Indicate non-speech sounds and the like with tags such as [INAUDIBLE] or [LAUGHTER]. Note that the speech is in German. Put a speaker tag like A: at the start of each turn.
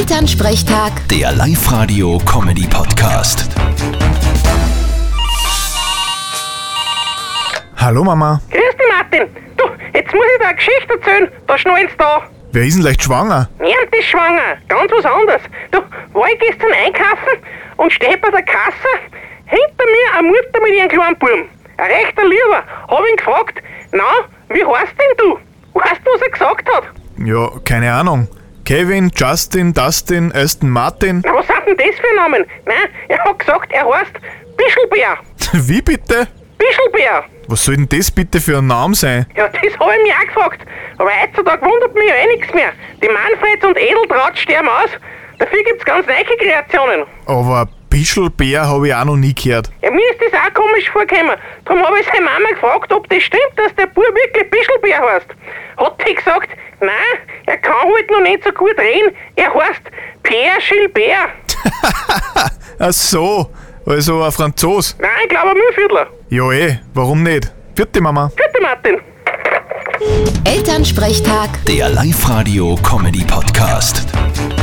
A: Elternsprechtag,
B: Der Live-Radio-Comedy-Podcast.
C: Hallo Mama,
D: Grüß dich, Martin. Du, jetzt muss ich dir eine Geschichte erzählen. Da schnallt's da.
C: wer ist denn leicht schwanger?
D: Niemand ist schwanger. Ganz was anderes. Du, war ich gestern einkaufen und stehe bei der Kasse. Hinter mir eine Mutter mit ihrem kleinen Burm. Ein rechter Lieber. Hab ihn gefragt, na, wie heißt denn du? Weißt du, was er gesagt hat?
C: Ja, keine Ahnung. Kevin, Justin, Dustin, Aston Martin. [LAUGHS]
D: Na, was sind denn das für Namen? Nein, er hat gesagt, er heißt Bischelbär.
C: Wie bitte?
D: Bischelbär.
C: Was soll denn das bitte für ein Name sein?
D: Ja, das habe ich mich auch gefragt. Aber heutzutage wundert mich ja eh nichts mehr. Die Manfreds und Edeltraut sterben aus. Dafür gibt's ganz neue Kreationen.
C: Aber Pischelbär habe ich auch noch nie gehört.
D: Ja, mir ist das auch komisch vorgekommen. Darum habe ich seine Mama gefragt, ob das stimmt, dass der Bub wirklich Bischelbär heißt. Hat die gesagt, nein, er kann halt noch nicht so gut reden. Er heißt Pierre Gilbert.
C: Ach so, also ein Franzos.
D: Nein, ich glaube ein Müllviertler.
C: Ja eh, warum nicht? Vierte Mama.
D: Gute Martin.
A: Elternsprechtag.
B: Der Live-Radio-Comedy-Podcast.